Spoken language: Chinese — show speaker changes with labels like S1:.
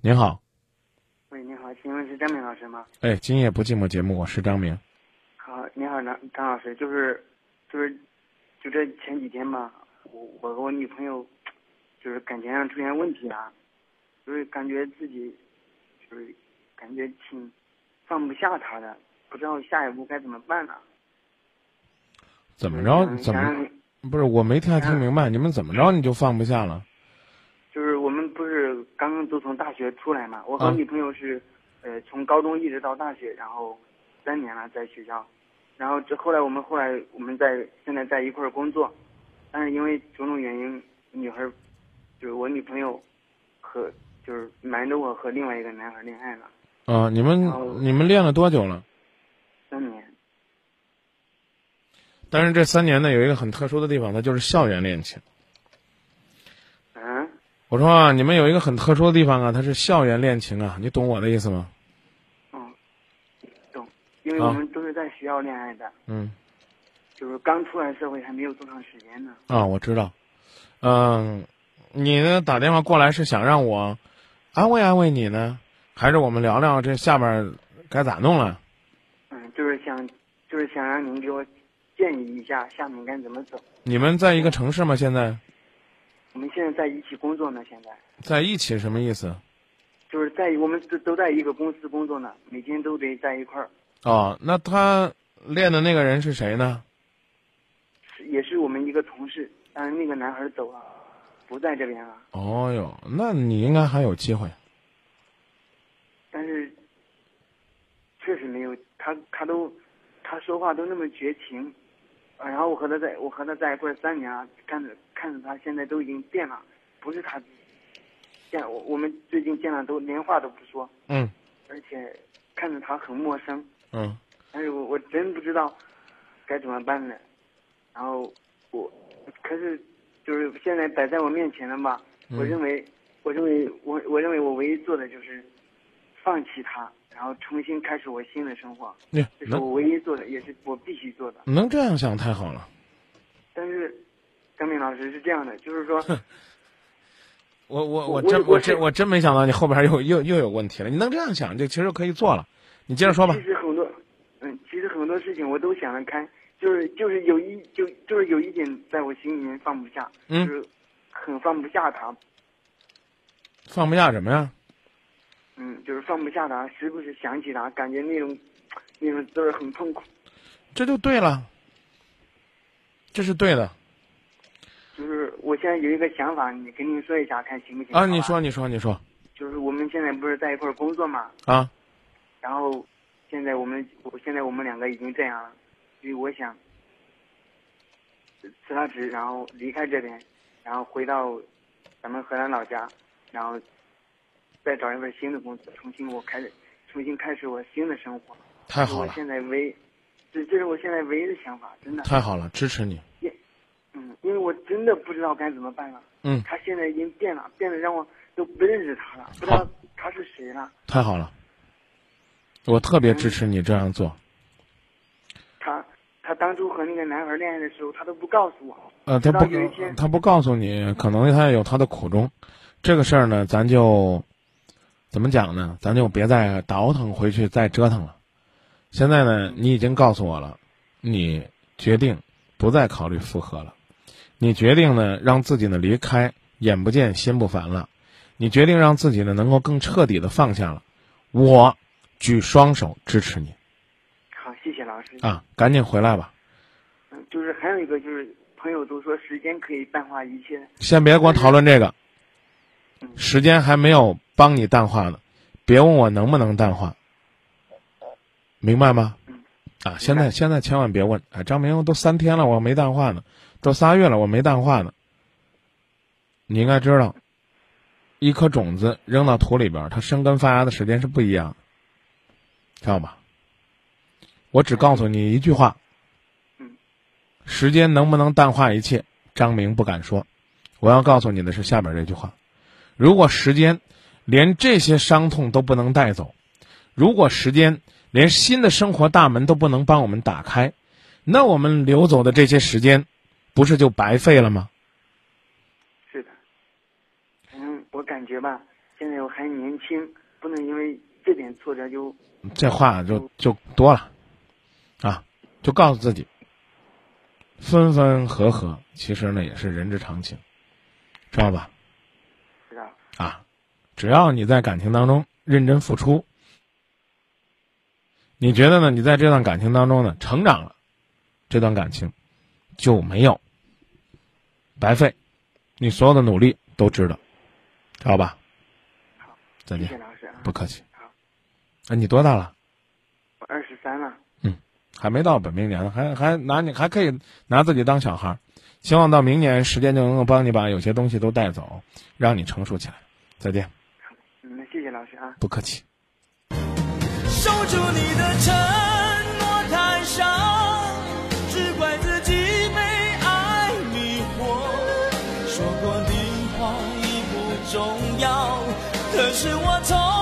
S1: 您好，
S2: 喂，你好，请问是张明老师吗？
S1: 哎，今夜不寂寞节目，我是张明。
S2: 好，你好，张张老师，就是，就是，就这前几天吧，我我和我女朋友，就是感情上出现问题啊，就是感觉自己，就是感觉挺放不下她的，不知道下一步该怎么办呢、
S1: 怎么
S2: 就
S1: 着？
S2: 是
S1: 怎
S2: 想让
S1: 么
S2: 你
S1: 不是？我没太听明白，你们怎么着你就放不下了？
S2: 就是我们不是刚刚都从大学出来嘛，我
S1: 啊
S2: 和女朋友是，呃，从高中一直到大学，然后三年了在学校，然后这后来我们后来我们在现在在一块儿工作，但是因为种种原因，女孩儿就是我女朋友和就是瞒着我和另外一个男孩儿恋爱了
S1: 啊，你们
S2: 哦
S1: 你们练了多久了？
S2: 三年，
S1: 但是这三年呢，有一个很特殊的地方，它就是校园恋情。
S2: 嗯，
S1: 我说啊，你们有一个很特殊的地方啊，它是校园恋情啊，你懂我的意思吗？
S2: 嗯，懂，因为我们都是在学校恋爱的，
S1: 嗯，
S2: 就是刚出来社会还没有多长时间呢，
S1: 啊，我知道。嗯，你呢打电话过来是想让我安慰安慰你呢，还是我们聊聊这下边儿该咋弄了？
S2: 嗯，就是想就是想让您给我建议一下下面该怎么走。
S1: 你们在一个城市吗？现在
S2: 我们现在在一起工作呢，现在
S1: 在一起什么意思？
S2: 就是在我们都都在一个公司工作呢，每天都得在一块儿，
S1: 哦，那他练的那个人是谁呢？
S2: 是也是我们一个同事，但是那个男孩走了，不在这边了。
S1: 哦哟，那你应该还有机会。
S2: 但是确实没有他，他都他说话都那么绝情，啊然后我和他在我和他在一块儿三年啊，看着看着他现在都已经变了，不是他见我我们最近见了都连话都不说，
S1: 嗯
S2: 而且看着他很陌生。
S1: 嗯，
S2: 但是我我真不知道该怎么办呢。然后我，可是就是现在摆在我面前了嘛，
S1: 嗯
S2: 我认为，我认为我我认为我唯一做的就是放弃他，然后重新开始我新的生活，
S1: 你
S2: 这是
S1: 能
S2: 我唯一做的，也是我必须做的。
S1: 能这样想太好了。
S2: 但是，张敏老师是这样的，就 是说，
S1: 我我
S2: 我
S1: 真
S2: 我
S1: 我
S2: 我
S1: 真
S2: 是
S1: 我真没想到你后边又又又有问题了。你能这样想，就其实可以做了。你接着说吧
S2: 其。实很多，嗯，其实很多事情我都想得开，就是就是有一就就是有一点在我心里面放不下，
S1: 嗯
S2: 就是很放不下他，
S1: 放不下什么呀？
S2: 嗯，就是放不下他，时不时想起他，感觉那种那种滋味很痛苦，
S1: 这就对了，这是对的
S2: 就是我现在有一个想法，你跟您说一下，看行不行？
S1: 啊！
S2: 好吧
S1: 你，说，你说，你说
S2: 就是我们现在不是在一块儿工作嘛，
S1: 啊！
S2: 然后现在我们，我现在我们两个已经这样了，所以我想辞了职，然后离开这边，然后回到咱们河南老家，然后再找一份新的工作，重新我开始，重新开始我新的生活。
S1: 太好
S2: 我
S1: 了，
S2: 现在唯，这这是我现在唯一的想法，真的。
S1: 太好了，支持你。
S2: 嗯，因为我真的不知道该怎么办了。
S1: 嗯
S2: 他现在已经变了，变得让我都不认识他了，不知道他是谁了。
S1: 太好了，我特别支持你这样做。
S2: 他他当初和那个男孩恋爱的时候，他都不告诉我。
S1: 呃，他
S2: 直到
S1: 不
S2: 有一天
S1: 他不告诉你，可能他有他的苦衷。这个事儿呢，咱就怎么讲呢？咱就别再倒腾回去，再折腾了。现在呢，你已经告诉我了，你决定不再考虑复合了，你决定呢让自己呢离开，眼不见心不烦了，你决定让自己呢能够更彻底的放下了。我举双手支持你
S2: 好，谢谢老师。
S1: 啊！赶紧回来吧，
S2: 嗯，就是还有一个就是，朋友都说时间可以淡化一切。
S1: 先别跟我讨论这个，
S2: 嗯
S1: 时间还没有帮你淡化呢，别问我能不能淡化，明白吗
S2: 嗯？
S1: 啊，现在现在千万别问，哎，张明都三天了，我没淡化呢，都仨月了，我没淡化呢。你应该知道，一颗种子扔到土里边儿，它生根发芽的时间是不一样的，知道吧？我只告诉你一句话
S2: 嗯，
S1: 时间能不能淡化一切，张明不敢说。我要告诉你的是下边这句话：如果时间连这些伤痛都不能带走，如果时间连新的生活大门都不能帮我们打开，那我们流走的这些时间，不是就白费了吗？
S2: 是的。嗯，我感觉吧，现现在我还年轻，不能因为这点挫折就
S1: 这话就就多了，啊，就告诉自己，分分合合，其实呢也是人之常情，知道吧？
S2: 知道。
S1: 啊，只要你在感情当中认真付出，你觉得呢？你在这段感情当中呢成长了，这段感情就没有白费，你所有的努力都值得，知道吧？
S2: 好，
S1: 再
S2: 谢谢
S1: 见，
S2: 老师啊，
S1: 不客气。
S2: 好，
S1: 啊，你多大了？
S2: 我二十三了，
S1: 还没到本命年呢，还还拿你还可以拿自己当小孩儿，希望到明年时间就能够帮你把有些东西都带走，让你成熟起来。再见，
S2: 嗯，那谢谢老师啊。
S1: 不客气。
S3: 守住你的承诺太少，只怪自己被爱迷惑。说过的话已不重要，可是我从